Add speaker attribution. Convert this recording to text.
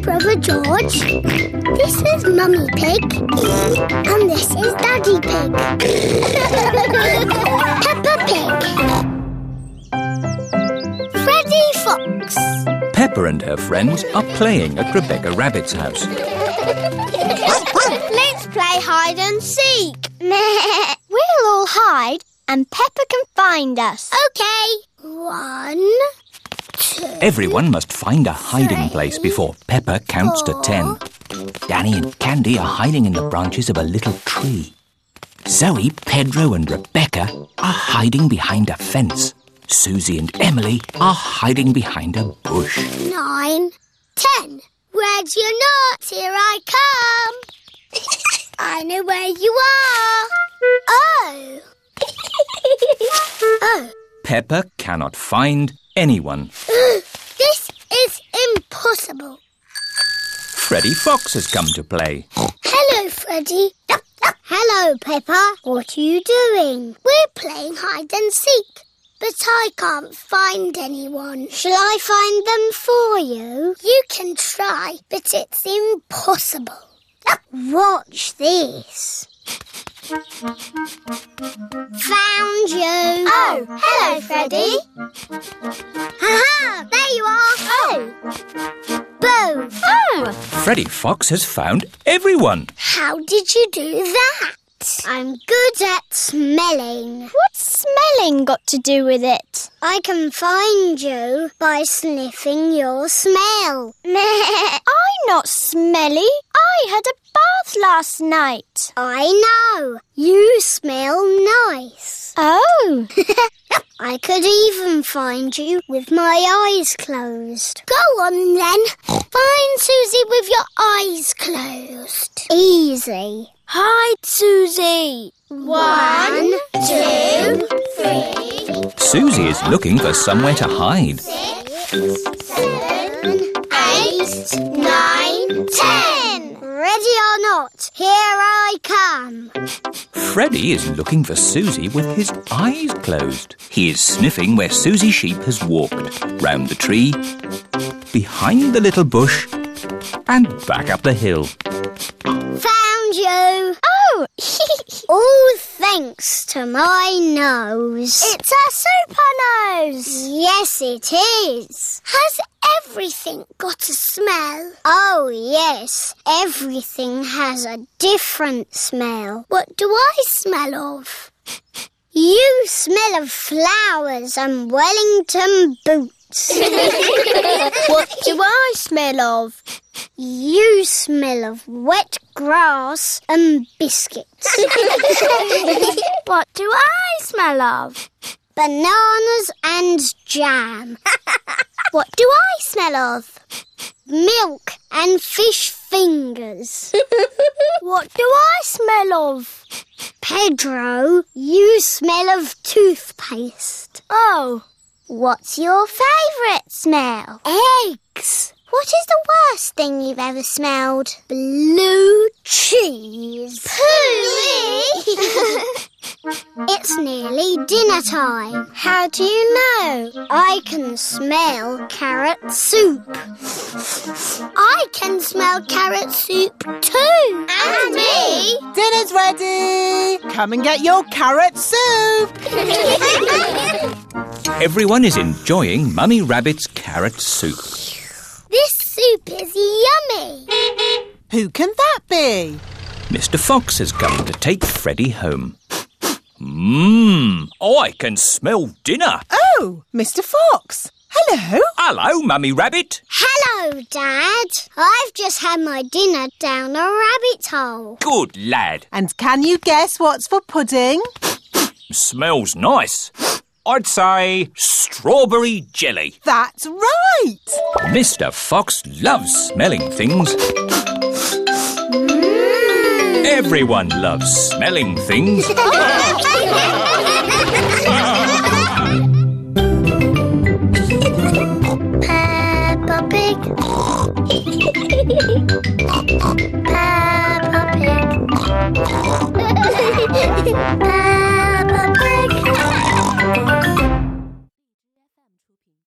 Speaker 1: Brother George. This is Mummy Pig. And this is Daddy Pig. Peppa Pig. Freddy Fox.
Speaker 2: Pepper and her friends are playing at Rebecca Rabbit's house.
Speaker 3: Let's play hide and seek.
Speaker 1: we'll all hide and Pepper can find us.
Speaker 3: Okay.
Speaker 1: One,
Speaker 2: Everyone must find a hiding place before Pepper counts to ten. Danny and Candy are hiding in the branches of a little tree. Zoe, Pedro, and Rebecca are hiding behind a fence. Susie and Emily are hiding behind a bush.
Speaker 1: nine, ten. Where's your nuts? Here I come. I know where you are. Oh. oh,
Speaker 2: Pepper cannot find anyone.
Speaker 1: Oh. this is impossible.
Speaker 2: Freddy Fox has come to play.
Speaker 1: Hello, Freddy. Hello, Peppa. What are you doing? We're playing hide and seek, but I can't find anyone. Shall I find them for you? You can try, but it's impossible. Watch this. Found you. Oh, hello, Freddy. Ha There you are. Oh. Boom.
Speaker 3: Oh,
Speaker 2: Freddy Fox has found everyone.
Speaker 1: How did you do that? I'm good at smelling.
Speaker 3: what's smelling got to do with it?
Speaker 1: I can find you by sniffing your smell.
Speaker 3: I'm not smelly. I had a bath last night.
Speaker 1: I know. You smell nice.
Speaker 3: Oh,
Speaker 1: I could even find you with my eyes closed. Go on then. find Susie with your eyes closed. Easy.
Speaker 3: hide, Susie.
Speaker 1: One, two,
Speaker 2: Susie is looking for somewhere to hide.
Speaker 1: seven, eight, nine, ten. Ready or not, here I come.
Speaker 2: Freddy is looking for Susie with his eyes closed. He is sniffing where Susie Sheep has walked, round the tree, behind the little bush, and back up the hill.
Speaker 1: Found you.
Speaker 3: Oh,
Speaker 1: All thanks to my nose. It's a super nose. Yes, it is. Has everything got a smell? Oh, yes. Everything has a different smell. What do I smell of? You smell of flowers and Wellington boots.
Speaker 3: what do I smell of?
Speaker 1: You smell of wet grass and biscuits.
Speaker 3: What do I smell of?
Speaker 1: Bananas and jam.
Speaker 3: What do I smell of?
Speaker 1: Milk and fish fingers.
Speaker 3: What do I smell of?
Speaker 1: Pedro, you smell of toothpaste.
Speaker 3: Oh,
Speaker 1: What's your favourite smell? Eggs. What is the worst thing you've ever smelled? Blue cheese. Pooey! it's nearly dinner time. How do you know? I can smell carrot soup. I can smell carrot soup too. And me.
Speaker 4: Dinner's ready! Come and get your carrot soup!
Speaker 2: Everyone is enjoying Mummy Rabbit's carrot soup.
Speaker 1: This soup is yummy.
Speaker 4: Who can that be?
Speaker 2: Mr. Fox has come to take Freddy home. Mmm, I can smell dinner.
Speaker 4: Oh, Mr. Fox. Hello.
Speaker 2: Hello, Mummy Rabbit.
Speaker 1: Hello, Dad. I've just had my dinner down a rabbit hole.
Speaker 2: Good lad.
Speaker 4: And can you guess what's for pudding?
Speaker 2: Smells nice. I'd say strawberry jelly.
Speaker 4: That's right.
Speaker 2: Mr. Fox loves smelling things. Everyone loves smelling things.